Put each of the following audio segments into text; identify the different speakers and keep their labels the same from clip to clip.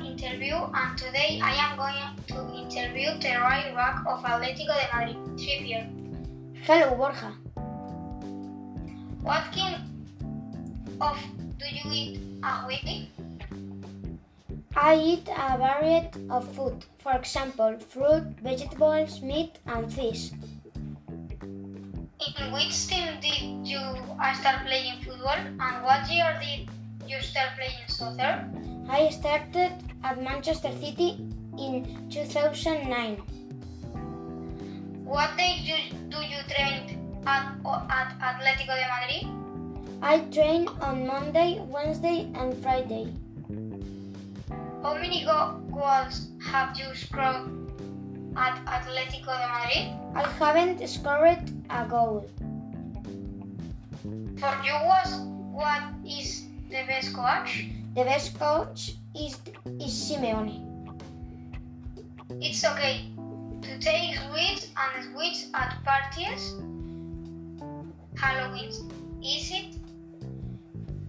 Speaker 1: Hello, and today I am going to interview the right back of Atlético de Madrid, Trippier.
Speaker 2: Hello, Borja.
Speaker 1: What kind of do you eat a week?
Speaker 2: I eat a variety of food, for example, fruit, vegetables, meat, and fish.
Speaker 1: In which team did you start playing football, and what year did you start playing soccer?
Speaker 2: I started at Manchester City in 2009.
Speaker 1: What day you, do you train at, at Atlético de Madrid?
Speaker 2: I train on Monday, Wednesday, and Friday.
Speaker 1: How many go- goals have you scored at Atlético de Madrid?
Speaker 2: I haven't scored a goal.
Speaker 1: For you, was what is the best coach?
Speaker 2: The best coach is, is Simeone.
Speaker 1: It's okay to take sweets and sweets at parties. Halloween, is it?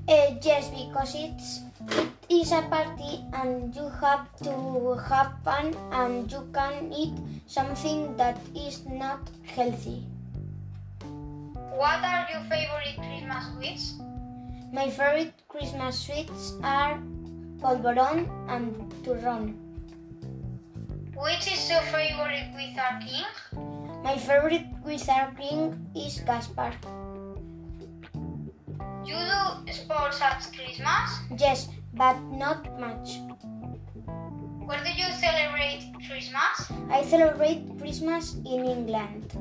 Speaker 2: Eh, yes, because it's it is a party and you have to have fun and you can eat something that is not healthy.
Speaker 1: What are your favorite Christmas sweets?
Speaker 2: My favorite Christmas sweets are polvorón and turrón.
Speaker 1: Which is your favorite wizard king?
Speaker 2: My favorite wizard king is Gaspar.
Speaker 1: You do sports at Christmas?
Speaker 2: Yes, but not much.
Speaker 1: Where do you celebrate Christmas?
Speaker 2: I celebrate Christmas in England.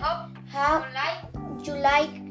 Speaker 1: I hope
Speaker 2: How
Speaker 1: you like
Speaker 2: you like